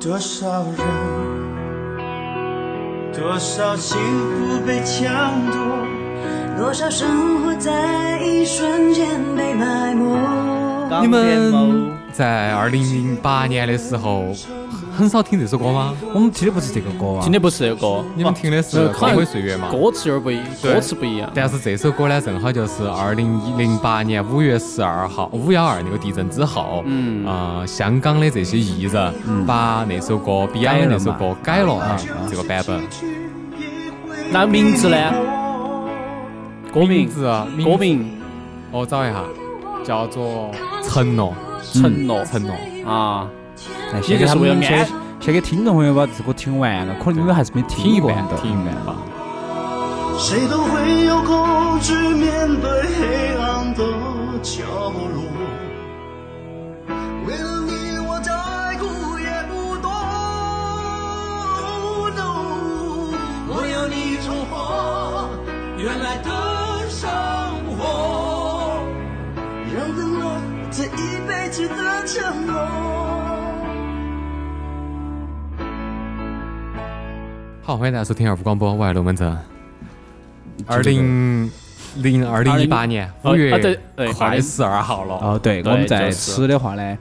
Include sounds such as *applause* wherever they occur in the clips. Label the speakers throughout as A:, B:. A: 多少人，多少幸福被抢夺，
B: 多少生活在一瞬间被埋没。
C: 你们在二零零八年的时候很少听这首歌吗？
D: 我们听的不是这个歌啊
C: 听，的不是这个歌，
D: 你们听的是《光辉岁月》嘛？
C: 歌词有点不一，
D: 对
C: 歌词不一样。
D: 但是这首歌呢，正好就是二零零八年五月十二号哦五幺二那个地震之后，嗯，呃，香港的这些艺人把那首歌 Beyond 的那首歌改了啊，这个版本。
C: 那名字呢？歌名
D: 名字啊名字
C: 歌名
D: 我找一下，叫做《承诺》，
C: 承
A: 嗯
C: 诺
D: 承诺。
C: 啊，
E: 哎
D: 来
C: 先给他们先
D: 先给听众朋友把这歌听完了，可能你们还是没听一半的，听一半
E: 嗯
D: 吧。
A: 谁都会有恐惧面对黑暗的角落。为了你，我再苦也不多。Oh no，我要你重获原来的生活，让承诺这一辈子的承诺。
D: 好，欢迎大家收听二五广播，我是龙门阵。二零零二零一八年五
C: 啊对
D: 月
C: 对
D: 快十二啊号了，
E: 哦，对，我
C: 对
E: 们
C: 就
E: 在
C: 是
E: 吃的话呢，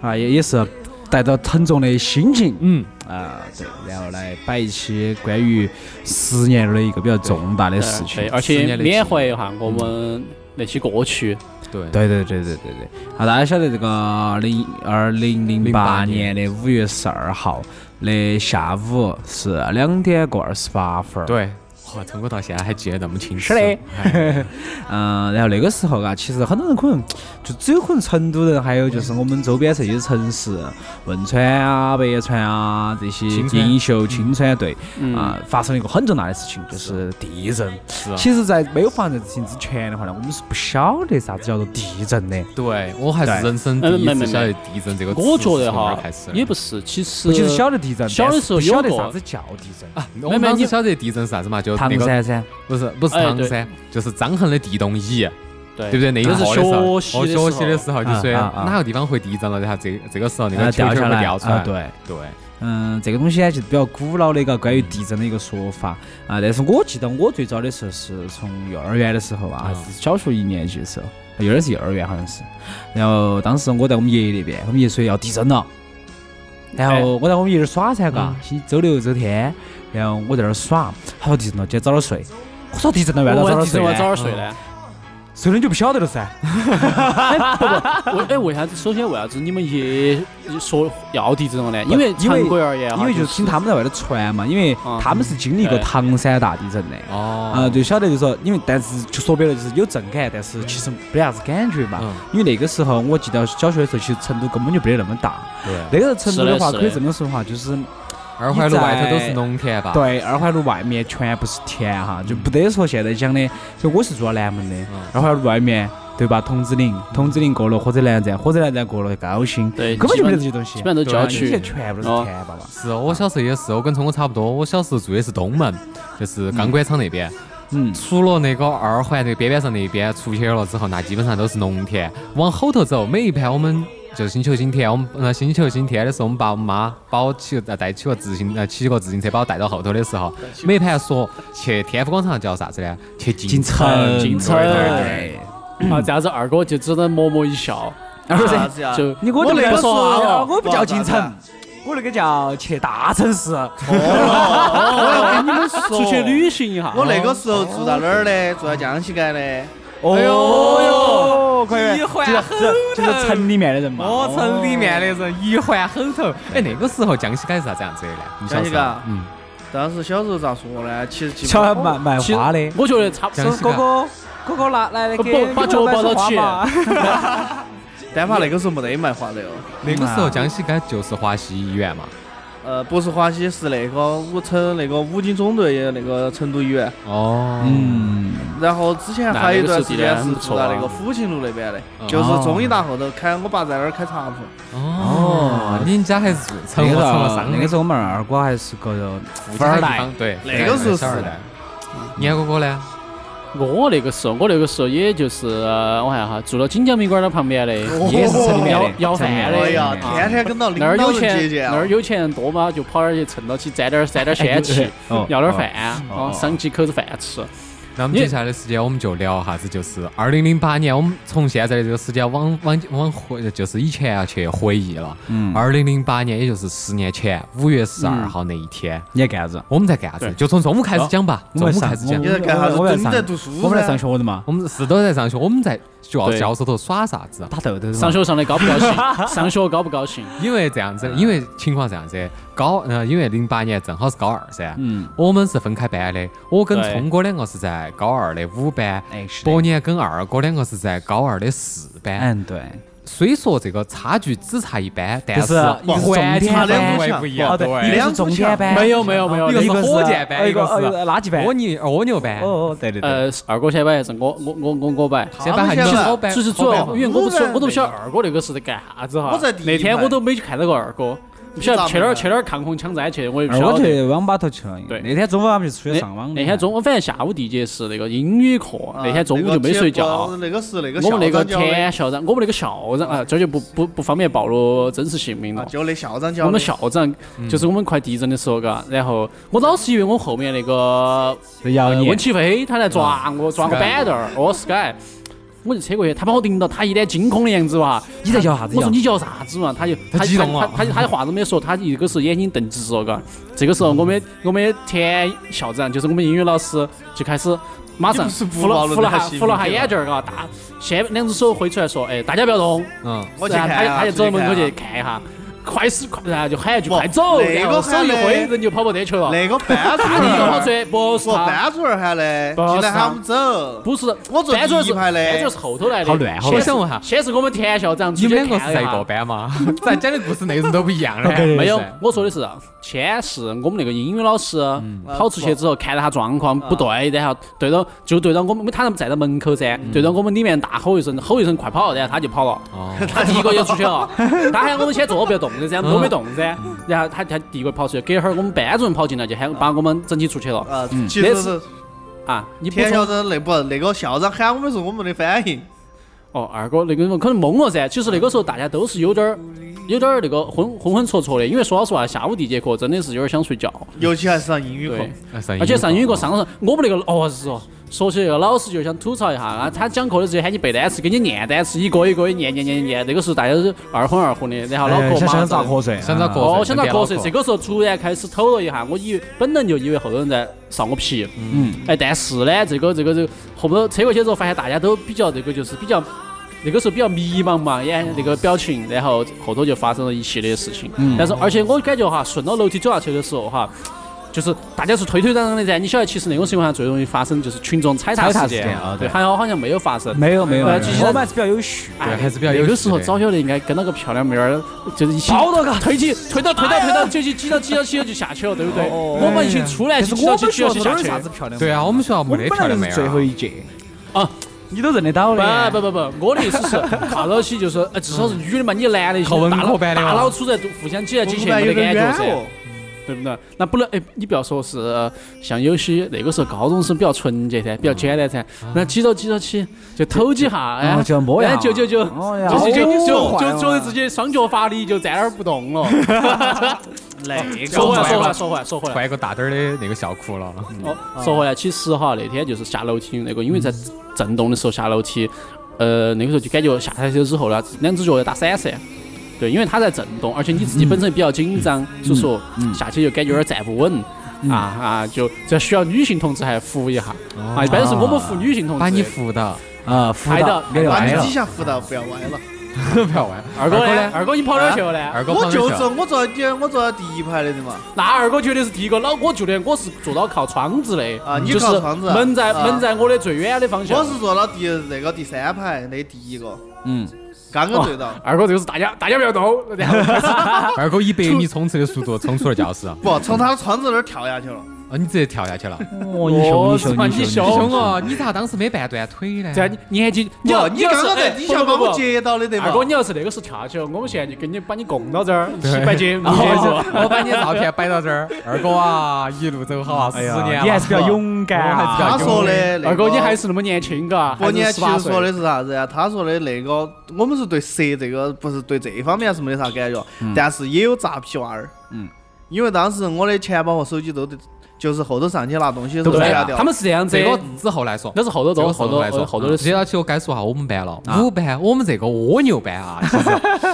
E: 啊，也也是带着沉重的心情
D: 嗯，
E: 啊，对，然后来摆一期关于十年的一个比较重大的事情
C: 对，。而
D: 十
C: 且
D: 年的
C: 缅怀一下我们那些歌曲，
D: 对，
E: 对对对对对对，好，大家晓得这个零二零零八
D: 08
E: 年的五月十二号的下午是两点过二十八分儿。
D: 对，哇，聪哥到现在还记得那么清
C: 是
D: 楚。
C: 的
D: 哎，
E: 嗯，然后那个时候啊，其实很多人可能就只有可能成都人，还有就是我们周边这些城市，汶川啊、北川啊这些
D: 青川
E: 锦绣、青川，对，
C: 嗯
E: 啊，发生了一个很重大的事情，就是地震。
D: 啊
E: 其实，在没有发生这事情之前的话呢，我们是不晓得啥子叫做地震的。
D: 对我还是人生第
C: 嗯
D: 一
C: 没
D: 次
C: 没
D: 晓得地震这个词
C: 我觉得
D: 从哪儿
C: 哈
D: 开始的，啊
C: 也不是，其实
E: 我其实晓得地震，
C: 小的时候
E: 但是不晓得
C: 有过
E: 啥子叫地震。
D: 啊，我
C: 没
D: 们
C: 没
D: 当时
C: 你
D: 晓得地震是啥子嘛？就那
E: 唐
D: 个
E: 山噻，
D: 不是不是
C: 哎
D: 唐
C: 对
D: 山，就是张衡的地动仪。
C: 对
D: 对不对？那一
C: 就是
D: 号的时候，
C: 学
D: 哦
C: 习
D: 学习的时候就
E: 啊
D: 说
E: 啊啊
D: 哪个地方会地震了，然后这这个时候那个
E: 啊
D: 球
E: 掉
D: 球
E: 下
D: 会
E: 来
D: 掉出来
E: 啊，，对。
D: 对，
E: 嗯，这个东西呢，就是比较古老的一个关于地震的一个说法啊。但是我记得我最早的时候是从幼儿园的时候啊，还是小学一年级的时候，幼儿园是幼儿园好像是。然后当时我在我们爷爷那边，我们爷说要地震了，然
C: 哎
E: 后我在我们爷那儿耍噻，
C: 嗯
E: 嘎，星周六周天，然后我在那儿耍，他说地震了，今天早点睡。我说地震了，为啥
C: 我
E: 早
C: 问
E: 点
C: 地震
E: 睡
C: 我
E: 呢？
C: 早点睡呢？
E: 睡了你就不晓得了噻。
C: 为哎，为啥子？首先为啥子你们爷说要地震了呢？
E: 不
C: 因为
E: 因为
C: 常规而言哈，啊
E: 因为就是听他们在外头传嘛，因为他们是经历过
C: 嗯
E: 唐山大地震的。啊，
D: 哦，
E: 就晓得就是说，因为但是就说白了就是有震感，但是其实没啥子感觉嘛。
D: 嗯
E: 因为那个时候我记得小学的时候，其实成都根本就没得那么大。
D: 对，
E: 那个时候成都的话，
C: 是的是的
E: 可以这么说的话，就是
D: 二环路外头都是农田吧？，
E: 对二环路外面全部是田哈，就不得说现在讲的，就我是住到南门的，
C: 嗯
E: 二环路外面对吧？筒子岭，筒子岭过了火车南站，火车南站过了高新，
C: 对
E: 根本就没得这
C: 基
E: 些东西。
C: 基本上都
E: 对啊
C: 郊区哦
E: 以前全部都是田坝嘛。
D: 是我小时候也是，我跟聪哥差不多，我小时候住的是东门，就是钢管厂那边。
E: 嗯，
D: 除了那个二环那个边边上那一边出去了之后，那基本上都是农田。往后头走，每一盘我们就星期六、星期天，我们呃星期六、星期天的时候，我们爸我妈把我骑呃带起个自行呃骑个自行车把我带到后头的时候，每一盘说去天府广场叫啥子呢？去进
E: 城，
C: 进城
E: 对对对。
C: 啊，这样子二哥就只能默默一笑。
E: 啥
C: 子呀？就
E: 你我这
C: 没有
E: 个不是，
C: 说话了，
E: 我不叫进城，我那个叫去大城市。
C: 我要跟你们说，出去旅行一下。
F: 我那个时候住到哪儿呢？住到江西街呢。
E: 哦哟，啊可以，
D: 一环
E: 就是就是城里面的人嘛。
D: 哦，城里面的人一环很头。哎，那个时候江西街是啥子样子的呢？你小
F: 江西
D: 时
F: 街
D: 候
F: 啊
D: 嗯，
F: 当时小时候咋说呢？其实基
E: 小孩
F: 本
E: 卖卖
C: 其实
E: 花的，哦
C: 我觉得差不
D: 江
C: 多
D: 西。街
E: 哥哥哥哥拿来
C: 不
E: 给
C: 把脚抱到起，
E: 我买束花嘛
F: 丹发那个时候没得卖花的哟。
D: 那个时候江西街就是华西医院嘛。
F: 呃，不是华西，是那个武城那个武警中队的那个成都医院。
D: 哦，
E: 嗯，
F: 然后之前还有一段时间是住在
C: 那
F: 那
C: 那个
F: 个抚琴路那边的，
C: 嗯哦
F: 就是中医大后头开，我爸在那儿开茶铺。
D: 哦，你们家还是住成
E: 那
D: 了
E: 个时
D: 成
E: 候
D: 了商
E: 那个
D: 人
E: 时候我们二瓜还是个
D: 富二代，对，
F: 那个时候
D: 富二代
F: 是。
D: 你二哥哥呢？
C: 我那个时候，我那个时候也就是我看哈，住到锦江宾馆那旁边的，
E: 也是城里面
C: 要
E: 的，
C: 要饭
E: 城
F: 哎
E: 里面
C: 的。
F: 呀，
E: 嗯
F: 天天跟到领
C: 那
F: 导
C: 儿有
F: 人
C: 钱
F: 姐，姐啊，
C: 那儿有钱人多嘛，就跑那儿去蹭到起，沾点儿沾点儿仙气，
E: 哦
C: 要点儿饭，
E: 哦
C: 哦，赏几口子饭吃。
D: 那么接下来的时间我们就聊啥子，就是二零零八年，我们从现在的这个时间往往往回，就是以前啊去回忆了。
E: 嗯，
D: 二零零八年，也就是十年前，五月十二号那一天，
E: 你在干啥子？
D: 我们在干啥子？
C: 对
D: 就从中午开始讲吧，
E: 我
D: 中
E: 们
D: 午
E: 上
D: 开始讲
F: 你。在干啥子？
E: 我在
F: 都你在
E: 上
F: 读书
E: 我们来
F: 噻
E: 上学的嘛，
D: 我们是都在上学，我们在学校
C: 对
D: 教授头耍啥子？啊
E: 打豆豆的嘛
C: 上学上的高不高兴？上学高不高兴？
D: 因为这样子，因为情况这样子，高，呃，因为零八年正好是高二噻，
E: 嗯，
D: 我们是分开班的，我跟
C: 对
D: 聪哥两个是在高二的五班，
E: 哎是的
D: 伯年跟二哥两个是在高二的四班。
E: 嗯对，
D: 虽说这个差距只差一班，但
E: 不是
D: 一个
E: 不
D: 环境
F: 差两
D: 氛
F: 步
D: 围
F: 棋
D: 不一
E: 哦
D: 样，
E: 对，一个是中间班，
C: 没有没有没有，
D: 一个
E: 一
D: 是
E: 个是
D: 火箭班，
E: 哦
D: 一个
E: 哦
D: 是
E: 垃圾班
D: 蜗。牛蜗牛班。
E: 哦哦，对对对，
C: 呃，是二哥先摆还是我我我我我摆？
D: 先把还
F: 他们先
D: 好
F: 把
D: 班，
C: 就是主
D: 好
C: 要
D: 班，
C: 因为我不
F: 五
C: 晓
F: 班
C: 我都不晓得二哥那个是在干啥子哈。
F: 我在第一
C: 那天
F: 排
C: 我都没去看到过二哥，不晓得
F: 咋
C: 去哪
F: 没
C: 儿
F: 呢
C: 去哪儿抗洪抢灾去，我
D: 呃
C: 也不
E: 二
C: 晓
E: 哎我
C: 得。
E: 去网吧头去了。
C: 对
E: 那天中午我们就出去
C: 那
E: 上网。
C: 那天中，午反正下午地节是那个英语课，
F: 啊
C: 那天中午就没睡觉。
F: 那个是那个
C: 我们那个
F: 校长教的
C: 田校长，我们那个校长啊，这就不不不方便暴露真实姓名
F: 啊
C: 了。
F: 就那嗯校长教的。
C: 我们校长就是我们快地震的时候，嘎，然后我老是以为我后面那个
E: 午要
C: 呃
E: 你
C: 温启飞他来抓我，抓个
D: Sky
C: 板凳儿，哦 Sky，我就车过去，他把我盯到，他一脸惊恐的样子哇。
E: 你在叫啥子
C: 我
E: 叫
C: 说？你叫啥子嘛？他就
D: 他激动了
C: 他他他他话都没说，他一个是眼睛瞪直了，嘎。这个时候我们我们田校长就是我们英语老师就开始马上
F: 你不是不
C: 扶了
F: 暴露
C: 扶了
F: 他
C: 下
F: 心
C: 扶了
F: 病
C: 下
F: 了
C: 眼镜儿，嘎，大先两只手挥出来说，哎，大家不要动，
D: 嗯，
F: 我去
C: 然
F: 看
C: 后
F: 啊，
C: 他就他就
F: 自
C: 走
F: 己
C: 到门口
F: 看啊
C: 去看一下，快死快，然后就喊一句
F: 不
C: 快走，
F: 那
C: 然
F: 个
C: 后手
F: 喊
C: 一
F: 的
C: 挥，人就跑不得去了。
F: 那个班主
C: 你跟我说
F: 任，
C: 不是
F: 我
C: 他，
F: 班主任喊的，
C: 不是嗯
F: 进来喊
C: 他
F: 我们走。
C: 不是
F: 我坐
C: 班主任
F: 第
C: 是
F: 一排的
C: 班主任是后头来的。
E: 好乱好
C: 先
D: 我
C: 是
D: 想问下，
C: 先是我们田校长，
D: 你
C: 直
D: 们
C: 接
D: 两个
C: 看了啊
D: 是在
C: 一
D: 一
C: 下
D: 个班吗？ *laughs* 咱讲的故事内容都不一样嘞。
E: OK，
C: 没有
D: 是，
C: 我说的是，先是我们那个英语老师跑出去之后，看到他状况不对，然后对到就对到我们，他们站在门口噻，对到我们里面大吼一声，吼一声快跑，然后他就跑了。
D: 哦，
C: 他第一个也出去了，他喊我们先坐，不要动的噻，我们都没动噻。然后他他第一个跑出去，隔一会儿我们班主任跑进来，就喊把我们整体出去了
F: 啊，其实是
C: 啊！你不
F: 田校
C: 说
F: 长那不那个校长喊我们的时候，我们没反应。
C: 哦，二哥那个人可能懵了噻。其实那个时候大家都是有点儿有点儿那个昏昏昏戳戳的，因为说老实话，下午第一节课真的是有点想睡觉。
F: 尤其还是上英语课，
C: 对。
E: 哎
D: 上
C: 而且上英语
D: 课
C: 课上上，我们那个哦是哦，说起那个老师就想吐槽一下啊，他讲课的时候喊你背单词，给你念单词，一个一个的念念念念，那个时候大家都是二婚二婚的，然后脑壳
E: 哎想
C: 麻
E: 想
C: 子
E: 咋。瞌睡？
D: 想找瞌
C: 哦，
D: 睡，
C: 想到瞌睡，这
D: 个
C: 个时候突然开始抖了一下，我以为本能就以为后头人在上我皮，
E: 嗯，
C: 哎，但是呢，这个这个这个后头扯过去之后，发现大家都比较这个就是比较那个时候比较迷茫嘛，也那个表情，然后后头就发生了一系列事情。但是而且我感觉哈，顺到楼梯走下去的时候哈。就是大家是推推攘攘的噻，你晓得，其实那种情况下最容易发生就是群众踩踏
E: 踩踏
C: 事
E: 事件啊
C: 对，
E: 对
C: 还好好像没有发生。
E: *laughs* 没有没有，
C: 呃
E: 没有
C: 其实
E: 我们还是比较有序。
C: 哎
D: 还是比较
C: 那
D: 有趣
C: 个
D: 的
C: 时候早晓得应该跟那个漂亮妹儿，就是一起跑到个推起，推到推到推到，就去挤到挤到挤到就下去了，对不对？我们一起出来，
E: 但
C: 挤
E: 是
C: 到
E: 我们
C: 挤到挤到挤
E: 学校都
C: 下
E: 有
C: 去。
E: 啥子漂亮妹儿？
D: 对啊，我们学校没得漂亮妹
E: 最后
D: 儿啊。
E: 一届
C: 啊，
E: 哦你都认得到的。
C: 不不不不，我的意思是靠到起就是，呃，至少是女的嘛，你男的一些
D: 靠文
C: 大
D: 科
C: 老
D: 班的嘛
C: 大老粗在互相挤来挤去没得
F: 有
C: 感
F: 点远
C: 觉噻，
F: 哦。
C: 对不对？那不能哎，你不要说是呃像有些那个时候高中生比较纯洁噻，比较简单噻，那挤着挤着起就偷几下，
E: 嗯然
C: 哎
E: 后，哦就要摸一
C: 哎
E: 下，
C: 就就就
E: 哦呀
C: 就是就就就
E: 好坏
C: 就
E: 嘛
C: 觉得自己双脚发力就在那儿不动 *laughs* 了。
F: 那
C: 说回
F: 个
C: 来说回来说回来说回来
D: 换一个大点儿的那个校裤了，
C: 哦，说回来，其实哈那天就是下楼梯那个，因为在震动的时候下楼梯，呃，那个时候就感觉下台阶之后呢，两只脚要打闪闪。对，因为它在震动，而且你自己本身比较紧张，所以说下去就感觉有点站不稳。啊啊！就这需要女性同志还扶一下啊，一般是我们扶女性同志。
D: 把你扶到，
E: 啊，辅
C: 拍
E: 导
C: 到
E: 没有
F: 把
E: 来
F: 你
E: 了
F: 几。下扶到，不要歪了。
D: *laughs* 不要玩。
C: 二哥呢？二哥你跑哪儿去了呢？
D: 二哥
F: 我
D: 放
F: 就
D: 学
F: 是我坐在第我坐在第一排的的嘛，
C: 那二哥绝对是第一个，老我觉得我是坐到靠窗子的嗯
F: 啊你
C: 就是
F: 靠窗子啊
C: 门在
F: 啊
C: 门在我的最远的方向。
F: 我是坐到第那个第三排那第一个。
C: 嗯，
F: 嘎哥对到，
C: 二哥就是大家大家不要
F: *laughs*
C: 动，然后开始
D: *laughs* 二哥以百米冲刺的速度冲出了教室，啊，
F: 不从他的窗子那儿跳下去了。
D: 你直接跳下去了，
E: 哦，你凶你
C: 哇
E: 凶
C: 你
E: 你
C: 凶
D: 凶哦！你咋当时没绊断腿呢？
C: 这样你你还记你要
F: 不，你刚
C: 要
F: 刚
C: 是
F: 在
C: 哎
F: 底
C: 不
F: 下
C: 不
F: 把
C: 不
F: 我
C: 不
F: 接到的对吧
C: 二？哥，你要是那个时候跳起来，我们现在就跟你把你供到这儿，一起摆节目
F: *laughs*
C: 结束。
D: 我把你的照片摆到这儿，二哥啊，一路走好啊，十年了
E: 哎你还是比较勇敢
D: 我还是比
E: 啊
D: 较。
F: 他说的那个
C: 二哥，你还是那么年轻，嘎，
F: 我
C: 还
F: 年
C: 是
F: 其
C: 十八
F: 实说
C: 岁。
F: 的是啥子呀？他说的那个，我们是对色这个不是对这一方面是没得啥感觉，
C: 嗯
F: 但是也有炸皮娃儿。
E: 嗯，
F: 因为当时我的钱包和手机都得，就是后头上去拿东西的时候
C: 对
F: 拿，掉。
C: 他们是这样子
D: 这。个之后来说。
C: 那是后头
D: 这
C: 做，
D: 个
C: 后
D: 来
C: 头呃
D: 说，啊
C: 后头的
D: 接
F: 啊
C: 事。
D: 下去我该说下我们班了。我班我们这个蜗牛班啊，其实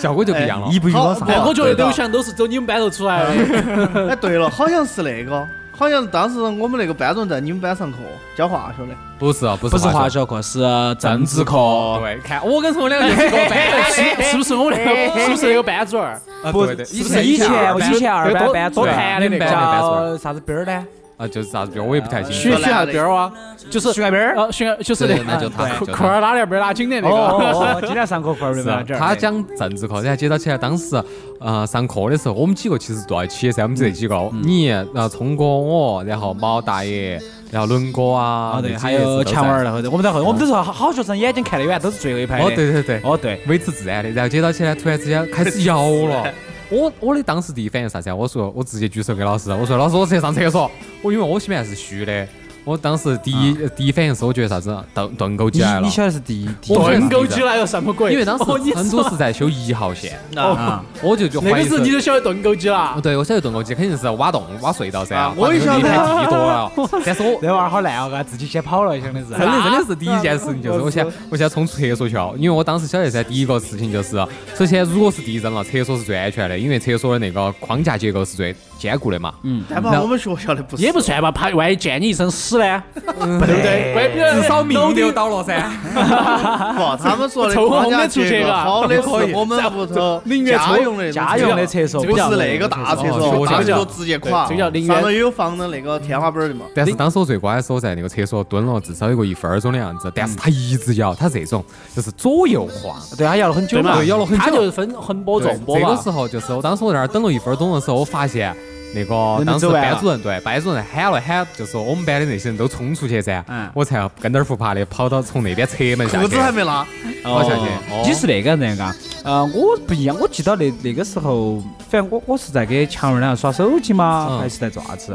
D: 效果就不一样了。
E: 一步一
F: 好
E: 个上
F: 不，
C: 二哎哥觉得
F: 对的
C: 刘翔都是走你们班头出来的，
F: 哎，对了，好像是那个，好像当时我们那个班主任在你们班上课教化学的。
D: 不是啊不
E: 不是化
D: 化
E: 学课，是政治课。
D: 对，看我跟宋亮就是个班
C: *laughs* 是是不是我们那个是不是那个班主任？
D: 啊，
E: 不
D: 对对，
E: 是不是以前我以前二班班主
C: 多
E: 任
C: 谈的那个
E: 叫啥子兵儿呢？
D: 啊，就是啥子标，我也不太清
C: 徐
D: 楚
C: 徐。汉彪啊，就是
E: 徐爱兵儿。
C: 呃徐汉就是
D: 对
C: 那
D: 那就他
C: 裤
D: 就他
C: 裤儿拉链没拉紧的那
E: 哦
C: 个。
E: 哦哦，今天上课课儿没
D: 是
E: 嘛
D: 啊？
E: 这儿
D: 他讲政治课，然后接到起来，当时呃上课的时候，我们几个其实坐在一起噻，我们
E: 嗯
D: 这几个，你呃聪哥我，然后毛大爷，然后伦哥啊，
E: 哦对，
D: 那几
E: 还
D: 个
E: 有
D: 是都在
E: 强娃儿了，后头我们在后头，我们都是好好学生，眼睛看得远，都是最后一排的。
D: 哦，对对对，
E: 哦对，
D: 维持自然的，然后接到起来，突然之间开始摇
E: *laughs*
D: 了。我我的当时第一反应是啥子啊？我说我直接举手给老师，我说老师，我直接上厕所。我因为我心里还是虚的，我当时第一、第一反应是我觉得啥子盾盾构
E: 你
D: 起来了
E: 啊你，晓得是第一第一
D: 我觉得
C: 盾
D: 是
C: 构起来了什么鬼？
D: 因为当时
C: 哦你
D: 成
C: 说
D: 都是在修一号线，
F: 哦
E: 啊，
D: 我就就
C: 那
D: 怀
C: 个
D: 疑
C: 时候你就晓得盾构机了
D: 哦，。对，我晓得盾构机肯定是挖洞挖隧道噻
F: 啊，我也
D: 那
F: 晓得
D: 排地多了。但是 *laughs* 我
E: 这娃儿好烂哦，嘎，自己先跑了，想的是。
D: 真的真的是第一件事情就是我先我先冲厕所去了，因为我当时晓得噻，第一个事情就是，首先如果是地震了，厕所是最安全的，因为厕所的那个框架结构是最坚固的嘛。嗯，
F: 但把我们学校的不是，
C: 也不算吧，怕万一溅你一身屎呢，对不对？关键
D: *laughs* 至少命
C: 楼
D: 留
C: 顶
D: 到了噻。
F: 不，他们说的
C: 抽
F: 框
C: 红
F: 架
C: 的出去
F: 结构
C: 嘎
F: 好的
C: 可以
F: 是我们屋头
C: 宁愿
F: 家
C: 抽
F: 用的啊
E: 家用的厕所
C: 这
F: 不
C: 个叫
F: 是那个大厕
D: 哦
F: 所，大
D: 这个
F: 厕所
D: 叫
F: 直接垮，
C: 对这个叫宁
F: 上
C: 愿
F: 头有放的那个天花板的嘛。
D: *laughs* 但是当时我最乖的时候，在那个厕所蹲了至少有个一分钟的样子，但是它一直摇，它这种就是左右晃。
E: 对，他摇了很久
C: 对嘛
E: 嘛
D: 对，摇了很久
C: 它就是分横波纵波
D: 这个
C: 嘛
D: 时。候就是我当时我在那儿等了一分钟的时候，我发现那个
E: 人都
D: 当时
E: 走完了
D: 班主任对班主任喊了喊，就是我们班的那些人都冲出去噻，
E: 嗯
D: 我才跟点儿不怕的跑到从那边侧门下
F: 裤
D: 去
F: 子。还没拉，
D: 跑下去
E: 哦你是那个人嘎？呃，我不一样，我记得那那个时候，反正我我是在给强儿两个耍手机嘛，
D: 嗯
E: 还是在做啥子？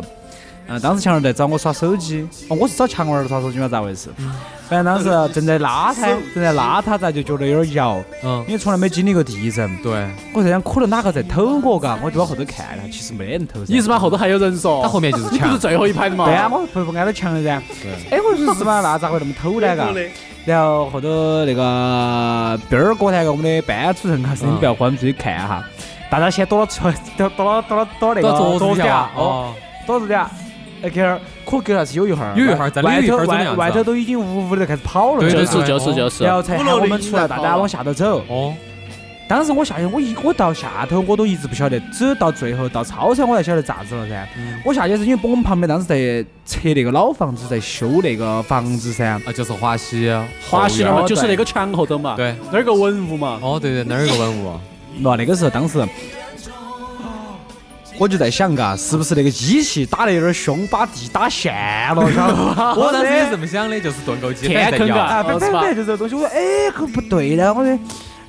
E: 嗯，当时强儿在找我耍手机，哦，我是找强儿耍手机嘛，咋回事？
C: 嗯
E: 反正当时正在拉他，正在拉他，咋就觉得有点摇，
D: 嗯，
E: 因为从来没经历过地震。
D: 对，
E: 我在想，可能哪个在偷我嘎，我就往后头看了，其实没人偷噻。
C: 你是把后头还有人说，
D: 他后面就是
C: 你不
D: 墙
C: 是最后一排的嘛？
E: 对啊，我不不挨到墙了噻。哎，我说是嘛，那咋会那么
C: *laughs*
E: 偷呢？嘎。然后后头那个斌儿哥那个我们的班主任，他啊说你不要管，我们出去看哈。大家先躲到 *laughs* 床，躲躲躲躲那个
D: 到桌子
E: 底下
D: 下，
E: 哦，
D: 哦，
E: 躲桌子底下。哎，给儿，可给儿是有一会儿，
D: 有一会儿真的
E: 外
D: 有一
E: 头
D: 会儿真的
E: 外
D: 样子啊
E: 外头都已经呜呜的开始跑了，
D: 对
C: 就
D: 对
C: 是就是就是
E: 然。后才
F: 五
E: 喊
F: 楼
E: 我
F: 的
E: 们
F: 已经
E: 出来，
F: 在
E: 大
F: 跑
E: 家
F: 了
E: 往下头走。
D: 哦，
E: 当时我下去，我一我到下头我都一直不晓得，只有到最后到操场我才晓得咋子了噻。
D: 嗯
E: 我下去是因为我们旁边当时在拆那个老房子，在修那个房子�噻。
D: 啊，就是华西，
C: 华西那
D: 后
C: 儿
D: 院
C: 嘛，
D: 儿
C: 就是那个墙后头嘛，
D: 对，
C: 那儿个文物嘛，
D: 哦，对对，那儿有个文
E: *laughs*
D: 物，
E: 哇，那个时候当时。我就在想嘎，是不是那个机器打得有点凶，把地打陷了，晓得
D: *laughs*
E: 吧？
D: 我当时也是这么想的，就是盾构机
C: 天
D: 反正
C: 坑
D: 在
C: 啊
D: 摇，
E: 啊，反
C: 是
E: 正
C: 吧
E: 反正就这个东西，我说哎，可不对了，我说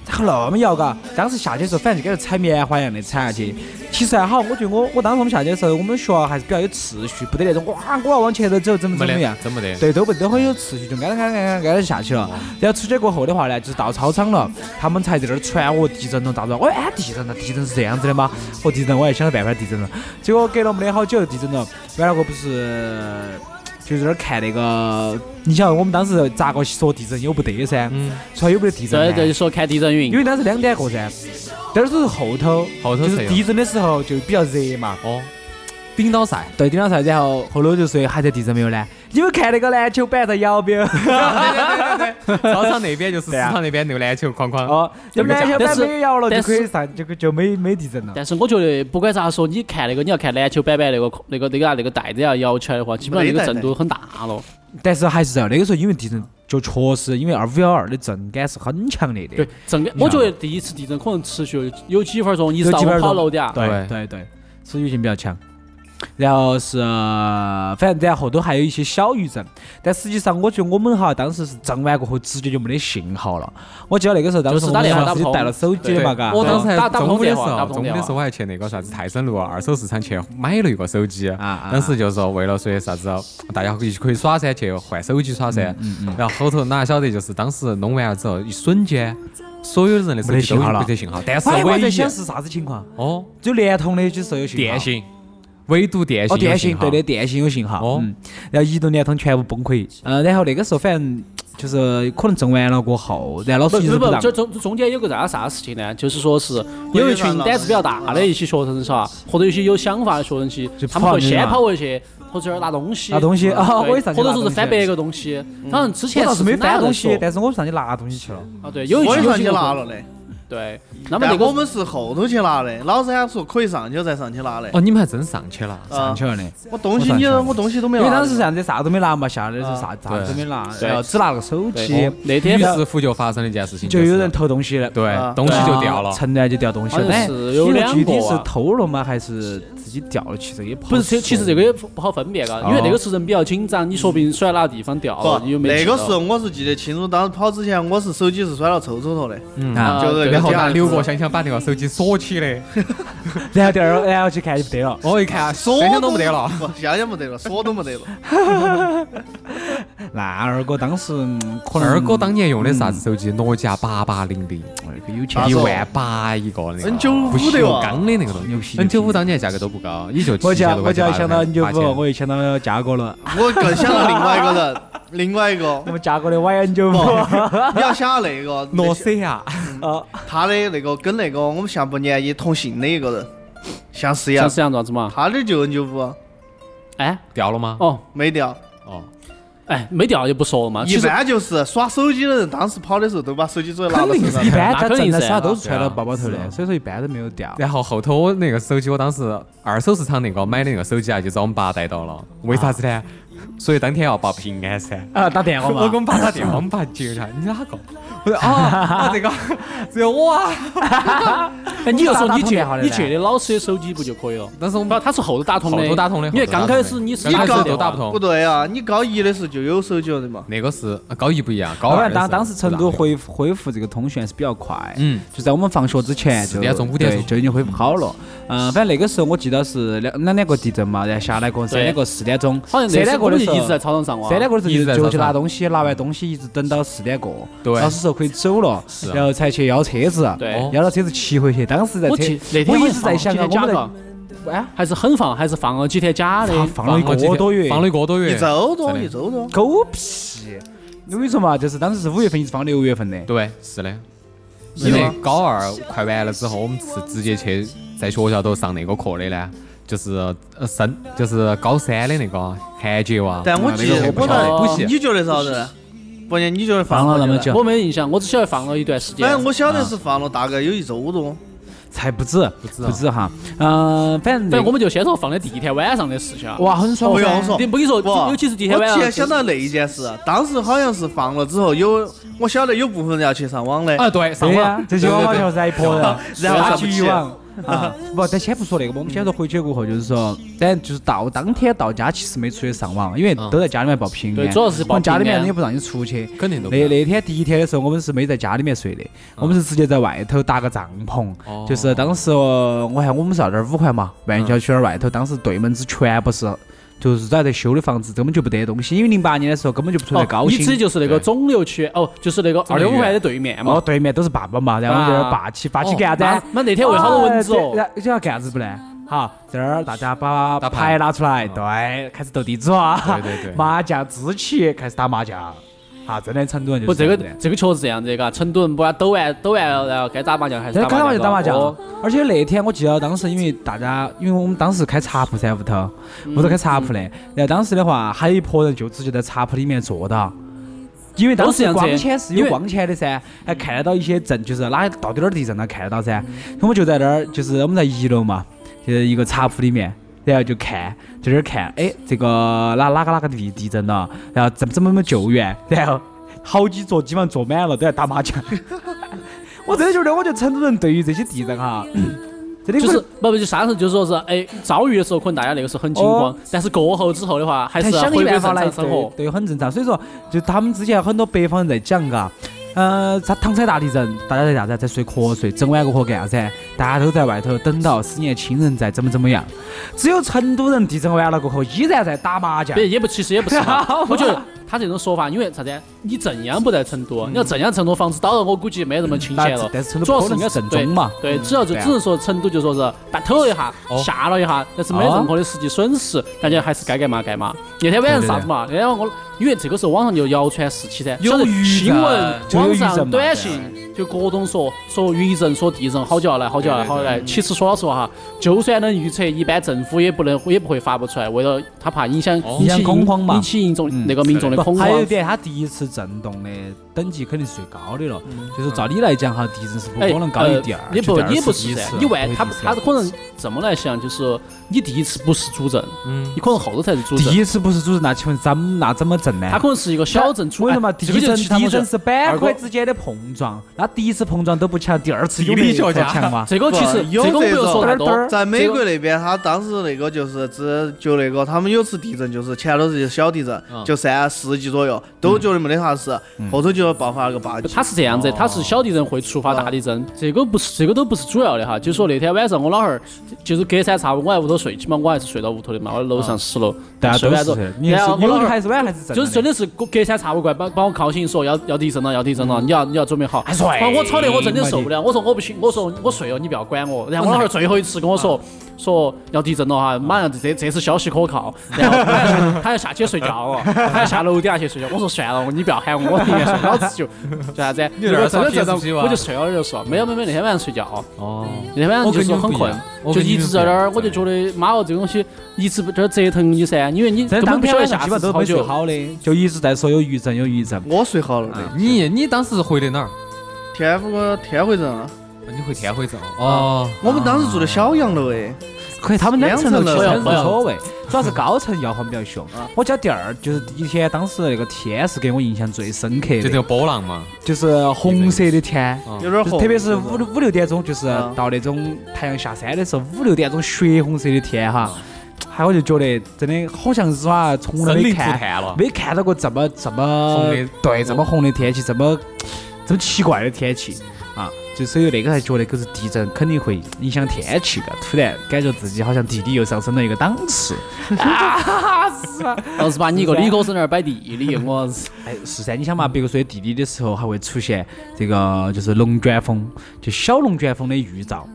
E: 咋个那么摇嘎？当时下去的时候，反正就跟那踩棉花一样的踩下去。其实还好，我觉得我我当时我们下去的时候，我们学校还是比较有秩序，不得那种哇，我要往前头走，怎么
D: 没
E: *laughs* 怎么样
D: 得，。真没得。
E: 对，都不都很有秩序，就挨着挨着挨着挨着下去了。然后出去过后的话呢，就是到操场了，他们才在那儿传我地震了，咋子？我说哎，地震了，地震是这样子的吗？我地震，我还想着办法地震了。结果隔了没得好久，地震了。完了，我不是就在那儿看那个，你晓得我们当时咋个说地震有不得噻？
D: 嗯，
E: 说有没得地震
C: 这
E: 呢？
C: 这说看地震
E: 因
C: 云，
E: 为当时两点过噻，但是都是后头，
D: 后头
E: 就
D: 才
E: 是
D: 有
E: 地震的时候就比较热嘛。
D: 哦，顶到赛，
E: 对，顶到赛，然后后头就说还在地震没有呢？你们看那个篮球板在摇没有？ *laughs*
D: 操场那边就是食
E: 对啊
D: 堂那边那个篮球框框。
E: 哦，要不然要不
C: 但
E: 然
C: 是
E: 没有摇了，就
C: 但
E: 可
C: 是
E: 以上，就就没没地震了。
C: 但是我觉得不管咋说，你看那个你要看篮球板板那个那个那个那个带子要摇起来的话，基本上那个震度很大了。
E: 但是还是在那个时候，因为地震就确实因为二五幺二的震感是很强烈的，
C: 对，震感，
E: 你
C: 我觉
E: 想
C: 得第一次地震可能持续有有几分钟，一直
E: 嗯有
C: 到
E: 几
C: 我
E: 分
C: 跑
E: 钟
C: 楼底下。
E: 对对对，持续性比较强。然后是，反正然后都还有一些小余震，但实际上我觉得我们哈当时是震完过后直接就没得信号了。我记得那个时候当时
C: 就是打
E: 我们
C: 电话
E: 哈
C: 打不
E: 自己
C: 通
E: 带了手机的嘛，嘎，啊
C: 我
D: 当时还
C: 打打不
D: 中
C: 通
D: 午的
C: 电
D: 时
C: 话打
D: 候，
C: 不通
D: 中午的
C: 电
D: 时候我还去那个啥子泰山路啊二手市场去买了一个手机。
E: 啊
D: 当时就是说为了说啥子，大家可以可以耍噻，去换手机耍噻。然后后头哪晓得就是当时弄完了之后，一瞬间所有的人的手
E: 没得
D: 机都
E: 信号了
D: 没得信号，但是
E: 哎我还
D: 唯
E: 在
D: 一
E: 想是啥子情况，
D: 哦
E: 就联通的就是有信号，
D: 电信，唯独电信有
E: 哦，电信
D: 号
E: 对的，电信有信号。
D: 哦
E: 嗯，然后移动、联通全部崩溃。嗯，然后那个时候反正就是可能震完了过后，然后老
C: 不
E: 师一
C: 是
E: 直
C: 不
E: 让
C: 就。中中间有个啥啥事情呢？就是说是有一群胆子比较大的一些学生是吧，或者一些有想法的学生些，他们会先跑过去，或者拿东西，
E: 拿东西啊
C: 对
E: 我也上去
C: 或者说
E: 拿
C: 是
E: 东西嗯
C: 翻别个东西。好像之
E: 我
C: 前
E: 倒是没
C: 哪
E: 翻
C: 个
E: 东
C: 说
E: 西，但是我上去拿东西去了。
C: 啊，对，有一
F: 我
C: 群
F: 也
C: 有
F: 上
C: 一
F: 去
C: 群
F: 拿了的，
C: 对，那么那
F: 但
C: 个
F: 我们是后头去拿的，老师还说可以上去再上去拿的。
D: 哦，你们还真上去了。
F: 啊
E: 上去了的，
F: 我东西你我东西都没啊
E: 因
F: 拿。
E: 为当时啥子啥都没拿嘛，下来的时候啥啥子
D: 对
E: 都没拿，
C: 对哦
E: 然后只拿了个手机，
C: 那
D: 于
C: 天
D: 是乎就发生了一件事情，
E: 就有人
D: 是
E: 偷东西了。
D: 对
F: 啊
D: 东西就掉
E: 啊
D: 了。
E: 城南就掉东西
C: 好
E: 了。
C: 像
E: 哎
C: 是有
E: 你
C: 两
E: 具体
C: 个
E: 是
C: 啊
E: 偷了吗？还是自己掉了？其实也不好
C: 不是，其其实这
E: 说
C: 个也不不好分辨嘎，因为那个时候人比较紧张，你说不定摔哪个地方掉了，
F: 不
C: 你哦又，没
F: 那
C: 记到
F: 个时候我是记得清楚，当时跑之前我是手机是摔到臭手头的，
D: 嗯
E: 啊
C: 啊
F: 就是
C: 对
F: 那
D: 然
F: 个
D: 后
F: 第
D: 拿
F: 二
D: 六个箱箱把那个手机锁起的，
E: 然后第二，然后去看就不得了。
D: 我一看
F: 锁
D: 锁嗯都没得了。
F: 不，箱箱没得了，锁都没得了。
E: 那二哥当时嗯可能
D: 二哥当年用的啥子手机？诺基亚八八零零，
E: 哎那个有钱
F: 大
D: 一
F: 手
D: 万八一个那个，
F: N95
D: 不锈
F: 的哇
D: 钢的那个东
E: 牛皮
D: 西。N 九五当年价格都不高，也就
E: 我
D: 七
E: 就
D: 千
E: 要
D: 多
E: 我
D: 块
E: 就
D: 钱。
E: 要想到你就
D: 八
E: 不，
D: 千
E: 我又想到嘉哥了。
F: 我更想到另外一个人，另外一个
E: 我。们嘉哥的 YN 九五
F: 不，你要想那个
D: 诺西
E: *laughs*
D: 亚，
E: 哦啊，
F: 他的那个跟那个我们下半年也同姓的一个人，像是一
C: 像
F: 样
C: 是，这样子嘛？
F: 他的就就不
C: 哎，
D: 掉了吗？
C: 哦，
F: 没掉。
D: 哦，
C: 哎，没掉就不说了嘛。
F: 一
C: 其实
F: 般就是耍手机的人，当时跑的时候都把手机直接拿到手上
E: 一
F: 了。
E: 般
C: 那
E: 他
C: 肯
E: 正
C: 定
E: 在
C: 噻
E: 耍都
C: 那
E: 是
D: 对
E: 揣到
D: 啊
E: 包包头的，所以说一般都没有掉。
D: 然后后头我那个手机，我当时二手市场那个买的那个手机啊，就遭我们爸逮到了。为啥子呢？所以当天要报平安噻。
E: 啊，打电话
D: 我给我
E: 嘛，
D: 们爸打电话，我们爸接了，你哪个？我
E: *laughs*
D: 说啊啊，这个只有我啊。
E: *laughs*
C: 哎，你就说你
E: 打
C: 借
E: 电话的
C: 你
E: 呢
C: 借的老师的手机不就可以了？
D: 但是我
C: 不，
D: 们
C: 他是后头打通的，
D: 后头打通的
C: 因为
D: 后头
C: 刚
D: 打通
C: 开
D: 的
C: 始你是
D: 刚
F: 开始
D: 都打不通
F: *laughs* 不对啊，你高一的时候就有手机了的嘛。
D: 那个是高一不一样，高
E: 老
D: 二
E: 板
D: 的
E: 当
D: 时候
E: 当时成
D: 就
E: 都
D: 打不通
E: 恢复恢复这个通讯是比较快，
D: 嗯，
E: 就在我们放学之前就，
D: 四点钟五点
E: 对
D: 钟
E: 就已经恢复好了。嗯，反正那个时候我记得是两两两个地震嘛，然后下来个三两个四点钟，
C: 好像
E: 三
C: 那
E: 两
C: 次
E: 个
C: 我
E: 的
C: 们
E: 时
C: 就
E: 候
C: 一直在操场上哇。
E: 三点过的
D: 一
E: 时
D: 直
E: 候
D: 在
E: 就
D: 早
E: 就去
D: 上
E: 拿东西，拿完东西一直等到四点过，
D: 对
E: 老师说可以走了，
D: 啊
E: 然后才去要车子，
C: 对
D: 哦
E: 要了车子骑回去。当时在
C: 我
E: 车
C: 记那，天好
E: 我一
C: 像
E: 直在想
C: 放
E: 啊，
C: 了
E: 我
C: 几天
E: 们
C: 假
E: 的
C: 嘎
E: 哎，
C: 还是很放，还是放了几天假的
E: 他。放了一
D: 几
E: 个
D: 天
E: 多月，
D: 放了一个多月，
F: 一周多，
D: 真的
F: 一周
C: 啊
F: 多。
E: 狗屁！我跟你说嘛，啊就是当时是五月份，一直放到六月份的。
D: 对，是的。因为高二快完了之后，我们是直接去在学校头上那个课的呢，就是呃升，就是高三的那个韩节哇。
F: 但我记
D: 那
F: 得
D: 个
F: 我
D: 不
F: 倒
D: 补习
F: 你觉得啥子呢？不然你觉得
E: 放
F: 了
E: 了那么久
C: 我没印象，我只晓得放了一段时间
F: 反。正我晓得是放了大概有一周多。
E: 才不止，不
D: 止啊
E: 哈。嗯，反正
C: 反正我
E: 们
C: 们就先说放的第一天晚上的事情啊。
E: 哇很爽
F: 不
E: 噻
F: 用说，
C: 你不跟你说，
F: 哇
C: 尤其是第一天晚
F: 我突然
C: 上，
F: 想到那一件事，啊当时好像是放了之后有，我晓得有部分人要去上网的。
D: 啊，对，上
E: 对呀
C: *laughs*
D: 网，，
E: 这些网球噻，一拨人， *laughs*
F: 然后
E: 拉
F: 上
E: 起
F: 不
E: 渔
F: 去
E: 网。啊，不，咱先不说那个，我们先说回去过后，就是说，咱就是到当天到家，其实没出去上网，因为都在家里面报平
C: 嗯
E: 安。
C: 对主要是报
E: 我们家里
C: 平
E: 面
C: 安
E: 也不让你出去。
D: 肯定都不
E: 那
D: 让
E: 那天第一天的时候，我们是没在家里面
C: 嗯
E: 睡的，我们是直接在外头搭个帐篷。
D: 哦
E: 就是当时呃我还我们是二点五环
C: 嗯
E: 嘛，万源郊区那儿外头，当时对门子全部是。就是在在修的房子根本就不得东西，因为零八年的时候根本就不存在高
C: 哦，你
E: 新，
C: 指的就是那个
D: 对
C: 肿瘤区，哦，就是那个二
D: 肿
C: 六
D: 瘤
C: 五
D: 医院
C: 环的对面
E: 哦
C: 嘛。
E: 对面都是爸爸嘛，然后我们在那儿霸气霸气
D: 哦
E: 干啥子
C: 啊那
E: 啊？
C: 那那天喂好多蚊子
E: 啊
C: 哦，
E: 这这要干啥子不呢？好，这儿大家把
D: 打
E: 牌
D: 牌
E: 拿出来，对，开始斗地主啊，
D: 对对对
E: 麻将、知棋开始打麻将，啊，真的成都人就
C: 不，
E: 是
C: 这个
E: 样子的
C: 这个确实这样子的，嘎，成都人把它抖完抖完了，然后该打麻将还是
E: 那
C: 打
E: 开
C: 麻
E: 嘛就
C: 将。
E: 打麻将
C: 哦，
E: 而且那天我记得当时因为大家，因为我们当时开茶铺噻，屋头
C: 嗯
E: 屋头开茶铺的，然后当时的话还有一拨人就直接在茶铺里面坐到。因为当
C: 都是这
E: 时
C: 样子嗯
E: 光纤是
C: 因
E: 有
C: 为
E: 光纤的噻，还看得到一些震，就是哪到底哪儿地震了看得到噻。我们就在那儿，就是我们在一楼嘛，就是一个茶铺里面，然后就看，就在那儿看，哎，这个哪哪个哪个地地震了，然后怎么怎么怎么救援，然后好几桌基本上坐满了，都在打麻将。我真的觉得，我觉得成都人对于这些地震哈，真的
C: 就
E: 可
C: 是
E: 能
C: 不不就啥时候就是说是哎遭遇的时候，可能大家那个时候很惊慌，但是过后之后的话，还是
E: 还想
C: 回归
E: 一办
C: 正
E: 法来
C: 常生活。
E: 对，对，很正常。所以说，就他们之前很多北方人在讲，嘎，呃，他唐山大地震，大家在啥子啊？在睡瞌睡，整晚过后干啥子啊？大家都在外头等到思念亲人，在怎么怎么样。只有成都人地震完了过后，依然在打麻将
C: 别。也不，其实也不是嘛。我觉得他这种说法，因为啥子啊？你正央不在成都，你要正央成都房子倒了，我估计没那么清闲
E: 但
C: 了。
E: 但是成都
C: 主要
E: 可
C: 是
E: 能
C: 应该
E: 是
C: 是
E: 正宗嘛，
C: 对，只要就
E: 对啊
C: 只能说成都就说是把抖了一下，
D: 哦
C: 吓了一下，但是没
E: 哦
C: 任何的实际损失，大家还是该干嘛干嘛。那天晚上是啥子嘛？那天晚上我因为这个时候网上就谣传四起噻，
D: 有
C: 晓得
D: 余
C: 新
D: 震
C: 闻、
E: 就有
C: 网
E: 余震
C: 上
E: 嘛
C: 短信就各种说说余震、说地震，好久要来，好久要来，
D: 对对
C: 好久要来。其实说老实话哈，就算能预测，一般政府也不能也不会发布出来，为了他怕影响
D: 哦
C: 引
E: 影响
C: 起
E: 恐慌嘛
C: 引起民众
E: 嗯
C: 那个民众的恐
E: 不，
C: 慌
E: 还。有一点，它第一次震动的等级肯定是最高的了。
C: 嗯
E: 就是照理来讲哈，地震是不可能高于第二，
C: 也
E: 就
C: 呃不
E: 第二
C: 也不
E: 第
C: 是
E: 一
C: 噻
E: 次，
C: 哎你万
E: 不会
C: 他
E: 第一次
C: 他可能这么来想，就是你第一次不是主阵，
D: 嗯，
C: 你可能后头才是主
E: 第
C: 阵，
E: 一次不是主任，那请问怎么那怎么震呢？
C: 他可能是一个小阵出
E: 为
C: 来
E: 什么
C: 这
E: 地
C: 个就
E: 震？
C: 其他
E: 地
C: 同学
E: 震是板
C: 二哥
E: 块之间的碰撞，那第一次碰撞都不强，第二次有
D: 地理
E: 没有
D: 学家
E: 强吗？
C: *laughs* 这个哦其实这
F: 不有
C: 个我不用说太
E: 这种
C: 多，
F: 在美
C: 这
F: 国
C: 个
F: 那边，他当时那个就是只就那个，他们有次地震，就是前头是小地震，
D: 嗯
F: 就三十级左右，都
C: 嗯
F: 觉得没得啥事，
E: 嗯
F: 后头就爆发了个八级。
C: 他是这样子，
D: 哦
C: 他是小地震会触发大地震，这个不是这个都不是主要的哈。就说那天晚上我老汉儿就是隔三差五我在屋头睡，起码我还是睡到屋头的嘛，我楼上十楼，
E: 哦大家
C: 睡
E: 都
C: 完之
E: 是
C: 后
E: 这样，，你
C: 然
E: 是
C: 后我老
E: 有的
C: 汉儿
E: 还是晚还是正？
C: 就是真，的是隔隔三差五过来把把我敲醒，说要要地震了，要地震了，你要你要准备好。
E: 还睡
C: 把我吵得我真的受不了，我说我不行，我说我睡了，你不要管我。然后我老汉儿最后一次跟我说说要地震了哈，啊马上这这次消息可靠。然后他要他要下去睡觉了，他要下楼底下去睡觉。我说算了，你不要喊我，我宁愿睡，老子就就啥子？
D: 你
C: 如果
D: 有点
C: 真的
D: 耍
C: 这
D: 皮子
C: 种，
D: 吧
C: 我就睡了就说没有没有没有，那天晚上睡觉，
D: 哦，
C: 那天晚上就是很困。
D: 我
C: 就
D: 跟你
C: 一
D: 们
C: 直
D: 不一
C: 在
D: 样
C: 那儿，我就觉得妈哦，这个东西一直在这儿折腾你噻，因为你根
E: 真的
C: 本
E: 当
C: 不
E: 天
C: 晓得
E: 晚上
C: 下次
E: 基本都
C: 好
E: 没睡
C: 久。
E: 好的，就一直在说有余震有余震。
F: 我睡好了
C: 嗯
F: 的，
D: 你你当时回的哪儿？
F: 天府个天回镇啊，
D: 你回天回镇哦，
F: 我们当时住的小洋楼哎，
E: 可以，他们两层楼
F: 两层
E: 其
F: 楼
E: 实无
C: 不要
E: 所谓，主要是高层摇晃比较凶。啊
C: *laughs*
E: 我家第二就是第一天，当时那个天是给我印象最深刻
D: 就这
E: 的，
D: 个波浪嘛，
E: 就是红色的天。
C: 啊
F: 有点
E: 就
F: 红，
E: 特别是五六五六点钟，就是
F: 啊
E: 到那种太阳下山的时候，五六点钟血红色的天哈，还我就觉得真的好像是嘛，从
D: 生
E: 来没
D: 灵涂
E: 看
D: 炭了。
E: 没看到过这么这么
D: 红的
E: 对这么红的天气，这么这么奇怪的天气啊！就所以那个才觉得，就是地震肯定会影响天气的。突然感觉自己好像地理又上升了一个档次啊！是吗？
C: 倒是把你一个理科生在那儿摆地理，我日
E: 哎，是噻，你想嘛，别个说地理的时候还会出现这个就是龙卷风，就小龙卷风的预兆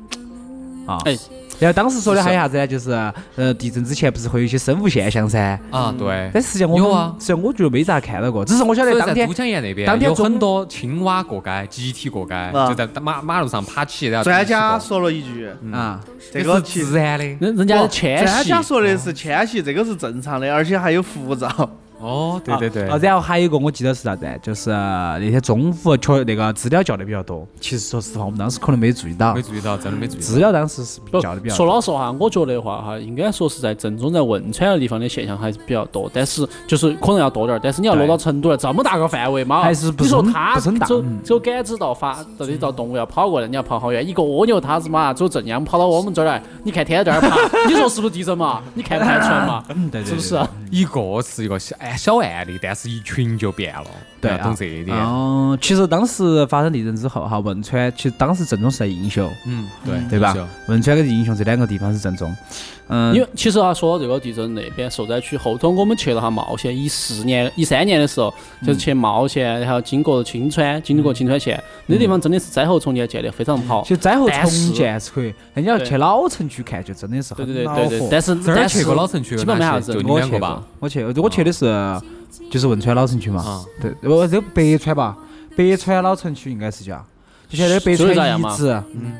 E: 啊。
C: 哎，
E: 然后当时说的还有啥子呢？就是呃，地震之前不是会有一些生物现象噻？
D: 啊，对。
E: 嗯但实际上我
D: 有啊
E: 实际上我觉得没咋看到过，只是我晓
D: 所
E: 得
D: 以
E: 当
D: 在
E: 天
D: 都江堰那边，
E: 当天
D: 有
E: 中
D: 很多青蛙过街，集体过街，
F: 啊
D: 就在马马路上爬起，然后
F: 专家说了一句，
C: 嗯
E: 啊，
F: 这个其
D: 哦
F: 哦
D: 自然的。
C: 人嗯人家的迁
F: 专
C: 徙
F: 家，说的是迁徙，这个是正常的，而且还有护照。
D: 哦，对对对
E: 啊，，然后还有一个我记得是啥子呢？就是呃那天中午确那个资料叫的比较多，其实说实话，我们当时可能没注意到
D: 没，注意到，真的没注意
E: 资料当时是
C: 不
E: 叫的比较
C: 说
E: 多。
C: 老实话，我觉得的话哈，应该说是在正宗在汶川的地方的现象还是比较多，但是就是可能要多点儿，但是你要
E: 对
C: 落到成都来这么大个范围嘛，
E: 还是不
C: 你说
E: 是很
C: 他
E: 不是很大
C: 走
E: 嗯
C: 走感知到发到底到动物要跑过来，你要跑好远，一个蜗牛它是嘛走正阳跑到我们这儿来，你看天天在这儿爬，你说是不是地震嘛？你看不看得出来嘛？
E: 嗯 *laughs* 对对
C: 是不
E: 对
C: 是啊？
D: 到。一个是一个小哎小案例，但是一群就变了，
E: 对
D: 要
E: 啊，
D: 懂这一点。
E: 嗯，其实当时发生地震之后哈，汶川其实当时正宗是在英雄，
D: 嗯，对
E: 对吧？汶川跟英雄这两个地方是正宗。嗯
C: 因，为其实啊，说到这个地震那边受灾区，后头我们去了下冒险，一四年、一三年的时候，
E: 嗯
C: 就是去冒险，然后经过青川，经过青川县，
E: 嗯
C: 那地方真的是灾后重建建得非常好
E: 其。实灾后
C: 但是
E: 重建是可以，但你要去老城区看，就真的是
C: 对
E: 很
C: 对
E: 恼
C: 对对对
E: 火，。
C: 但是
D: 这儿
C: 但
D: 去
C: 是
D: 过老城区
C: 基本没啥
D: 哪
C: 子
D: 些？就你
E: 我
D: 两
E: 去
D: 个吧
E: 过。，我去，我去的是就是汶川老城区
C: 啊
E: 嘛，对，我这个北川吧，北川老城区应该是叫，就现在北
C: 就是这
E: 川
C: 样
E: 遗
C: 嘛
E: 址，修
C: 嗯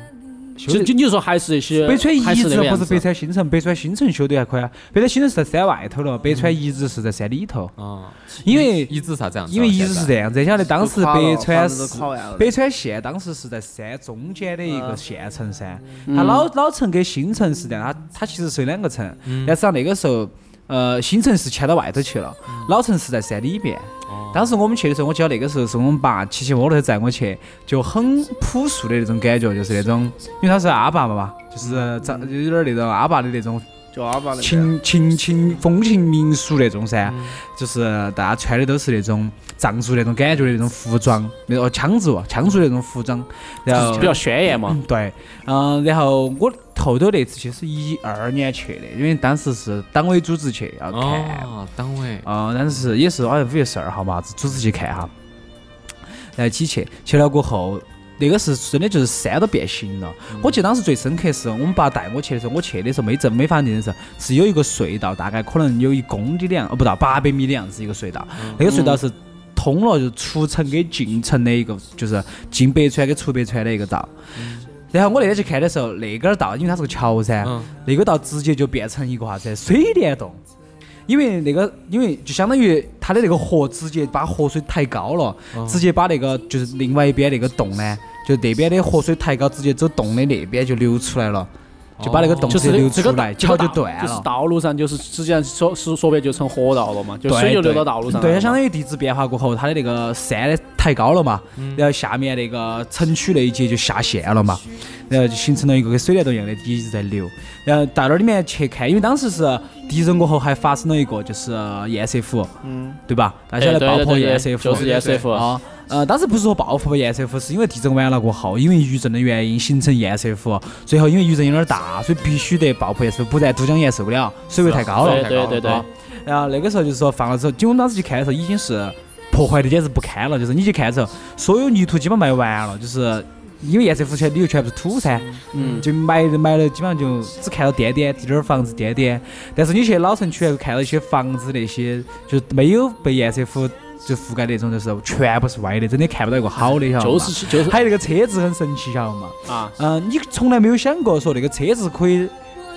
C: 就
E: 得
C: 就你就说还是一些，
E: 北川遗
C: 还是
E: 址
C: 那个样
E: 不是
C: 子
E: 北川新城，北川新城修得还可以啊。北川新城是在山外头了，北
C: 嗯
E: 川遗址是在山里头。
D: 啊，
E: 因为
D: 遗址啥子样子啊？
E: 因为遗址是这样子，你晓得当时北川
F: 都
E: 是
F: 垮完了嗯
E: 北川县当时是在山中间的一个县城噻，它老老城跟新城是这样，它它其实是有两个城，
D: 嗯
E: 但是到那个时候，呃，新城是迁到外头去了，
D: 嗯
E: 老城是在山里面。
D: 哦
E: 当时我们去的时候，我记得那个时候是我们爸骑起摩托车载我去，就很朴素的那种感觉，就是那种，因为他是阿爸嘛嘛，
D: 嗯
E: 就是长有点儿那种阿爸的那种
F: 就阿爸那边。啊
E: 情
F: 嗯
E: 情情风情民俗那种噻，就是大家穿的都是那种藏族那种感觉的那种服装，那哦羌族羌族那种服装，然后
C: 比较鲜艳嘛。
E: 嗯对，嗯，然后我后头那次去是一二年去的，因为当时是党委组织去要看
D: 哦，党委
E: 哦，但是也是好像五月十二号嘛，组织去看哈。然后一起去，去了过后，那个是真的就是山都变形了。我记得当时最深刻是我们爸带我去的时候，我去的时候没正没法定的时候，是有一个隧道，大概可能有一公里的样，哦不到八百米的样子一个隧道。那个隧道是通了就出城跟进城的一个，就是进北川跟出北川的一个道。
C: 嗯
E: 然后我那天去看的时候，那根儿道，因为它是个桥噻，
D: 嗯
E: 那个道直接就变成一个啥子水帘洞。因为那个，因为就相当于它的那个河直接把河水抬高了，
C: 嗯
E: 直接把那个就是另外一边那个洞呢，就那边的河水抬高，直接走洞的那边就流出来了，就把那个洞
C: 哦就
E: 直
C: 是
E: 接流
C: 这
E: 出
C: 个
E: 来，
C: 这
E: 桥
C: 个
E: 就
C: 道
E: 断了。
C: 就是道路上就是实际上说说说白就成河道了嘛，就
E: 对
C: 水就流
E: 对
C: 到道路上来了嘛。
E: 对，它相当于地质变化过后，它的那个山的抬高了嘛，
C: 嗯
E: 然后下面那个城区那一节就下陷了嘛，然后就形成了一个跟水帘洞一样的一直在流。然后到那里面去看，因为当时是地震过后还发生了一个就是呃堰塞湖，嗯，对吧？大家晓
C: 哎
E: 得
C: 对
E: 爆
C: 对
E: 破
C: 对
E: 堰
C: 对
E: 塞湖，
C: 就是 E 堰塞湖
E: 啊。呃，当时不是说报复堰塞湖，是因为地震完了过后，因为余震的原因形成堰塞湖，最后因为余震有点大，所以必须得爆破堰塞湖，不然都江堰受不了，水位太高了。
C: 对对对对
E: 啊，然后那个时候就是说放了之后，结果我们当时去看的时候已经是破坏的简直不堪了，就是你去看的时候，所有泥土基本卖完了，就是因为堰塞湖全旅游全部是土噻，
C: 嗯，
E: 就埋的埋的基本上就只看到点点，滴点儿房子点点。但是你去老城区还会看到一些房子那些就没有被堰塞湖就覆盖的那种，就是全部是歪的，真的看不到一个好的，晓得
C: 就
E: 吗
C: 是就是
E: 还有那个车子很神奇，晓得嘛？
C: 啊，
E: 嗯、你从来没有想过说那个车子可以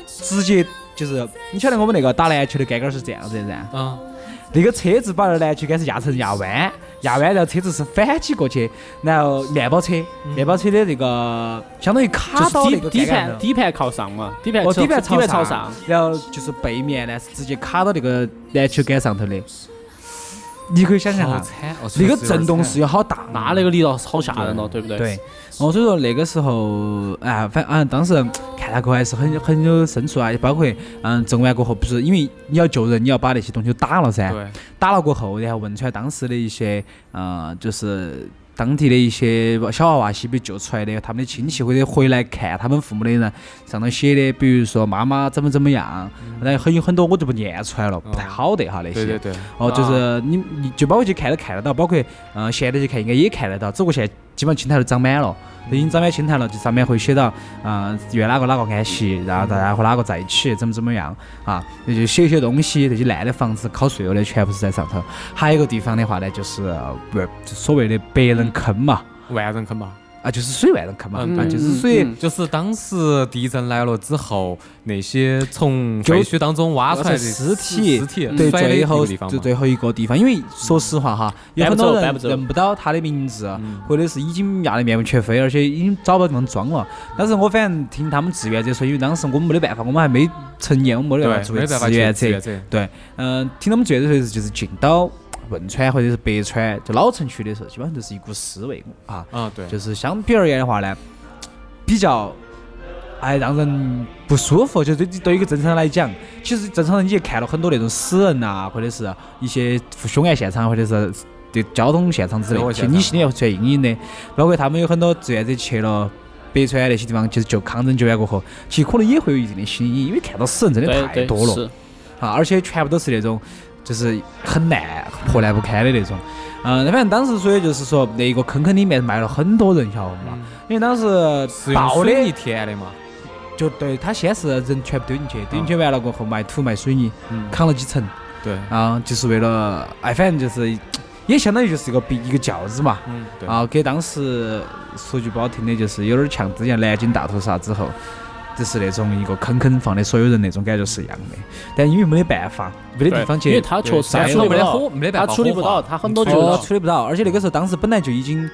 E: 直接就是，你晓得我们那个打篮球的杆杆是这样子的噻，
D: 啊，
E: 那个车子把那篮球杆是压成压弯，压弯然后车子是反起过去，然后面包车，面包车的那个相当于
C: 嗯就
E: 卡
C: 是
E: 到那
C: 底
E: 个
C: 底
E: 杆杆
C: 盘
E: 上
C: 底盘靠上嘛，底盘
E: 哦，
C: 朝
E: 底盘
C: 底盘朝
E: 上
C: 上，，
E: 然后就是背面呢是直接卡到那个篮球杆上头的，你可以想象
D: 好
E: 哈，
D: 惨，哦
E: 那个震动是有好大，
C: 那那个力道是好吓人了，对不对？
E: 对，哦，所以说那个时候，哎，反正、啊、当时看他过还是很很有深处啊，包括嗯，震完过后，不是因为你要救人，你要把那些东西都打了噻，
D: 对，
E: 打了过后，然后汶川当时的一些，呃，就是当地的一些小娃娃些被救出来的，他们的亲戚或者回来看他们父母的人，上头写的，比如说妈妈怎么怎么样，然后很有很多我就不念出来了，不太好的哈那些。
D: 嗯对对对，
E: 哦，就是你，你就包括去看都看得到，包括嗯、呃现在去看应该也看得到，只不过现在基本上青苔都长满了，都已经长满青苔了，就上面会写到，嗯、愿哪个哪个安息，然后大家和哪个在一起，怎么怎么样啊，那就写一些东西，这些烂的房子、烤碎了的全部是在上头。还有一个地方的话呢，就是呃不、就所谓的白人坑嘛，
D: 万人坑吧。
E: 啊，就是水万人坑嘛，
D: 嗯
E: 啊，
D: 对
E: 就是属于。
D: 就是当时地震来了之后，那些从废墟当中挖出来的
E: 尸体，
D: 尸体
E: 对，
D: 摔的
E: 最
D: 那
E: 后
D: 个地方
E: 就
D: 嘛，嗯
E: 最后一个地方，因为说实话哈，有
C: 搬
E: 很
C: 不走
E: 多人
C: 搬不走
E: 认不到他的名字，啊或者是已经压得面目全非，而且已经找不到地方装了。
D: 嗯
E: 但是我反正听他们志愿者说，因为当时我们没得办法，我们还没成年，我们没得办法
D: 对，
E: 作
D: 没
E: 为
D: 办法
E: 志愿
D: 去
E: 者。
D: 者，
E: 对，嗯，听他们志愿者说就是进到汶川或者是北川，就老城区的时候，基本上就是一股尸味啊。
D: 啊对，
E: 就是相比而言的话呢，比较哎让人不舒服。就对对于一个正常人来讲，其实正常人你也看了很多那种死人呐、或者是呃一些凶案现场，或者是对交通现场之类
D: 交通
E: 的，
D: 现
E: 其实
D: 场
E: 你心里会出现阴影的。包括他们有很多志愿者去了。北川那些地方，就是救抗震救援过后，其实可能也会有一定的心理阴影，因为看到死人真的
C: 对
E: 太
C: 对
E: 多了。
C: 是
E: 啊，而且全部都是那种就是很烂、破烂不堪的那种。嗯，那反正当时所以就是说，那一个坑坑里面埋了很多人，晓得
C: 嗯
E: 嘛？因为当时
D: 嗯是用
E: 爆的
D: 水泥填的嘛，
E: 就对他先是人全部丢进去，丢进去完了过后埋土埋水泥，
D: 嗯，
E: 扛了几层
D: 对，
E: 啊，就是为了哎，反正就是也相当于就是一个比一个轿子嘛。
D: 嗯，对，
E: 啊，给当时说句不好听的，就是有点像之前南京大屠杀之后，就是那种一个坑坑放的所有人那种感觉是一样的。但因为没得办法，没得地方去，
C: 因为他确实
D: 对
C: 处理不
D: 没得
C: 到
D: 火，啊没得办
C: 他
D: 法
C: 处理不
D: 火化
C: 到，他很多就
E: 哦处理不到，而且那个时候当时本来就已经。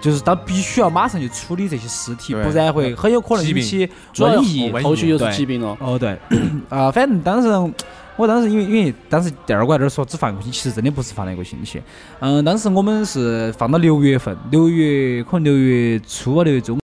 E: 就是他必须要马上去处理这些尸体，
D: 对
E: 不然会很有可能
D: 疾
E: 引
D: 病
E: 起
C: 主要
E: 瘟
C: 是
E: 疫
C: 后。后续又是
E: 对
C: 疾病了。
E: 哦，对， *clears throat* 啊、反正当时我当时因为因为当时第二个还在那儿说只放一个星期，其实真的不是放了一个星期。嗯，当时我们是放到六月份，六月可能六月初啊，六月中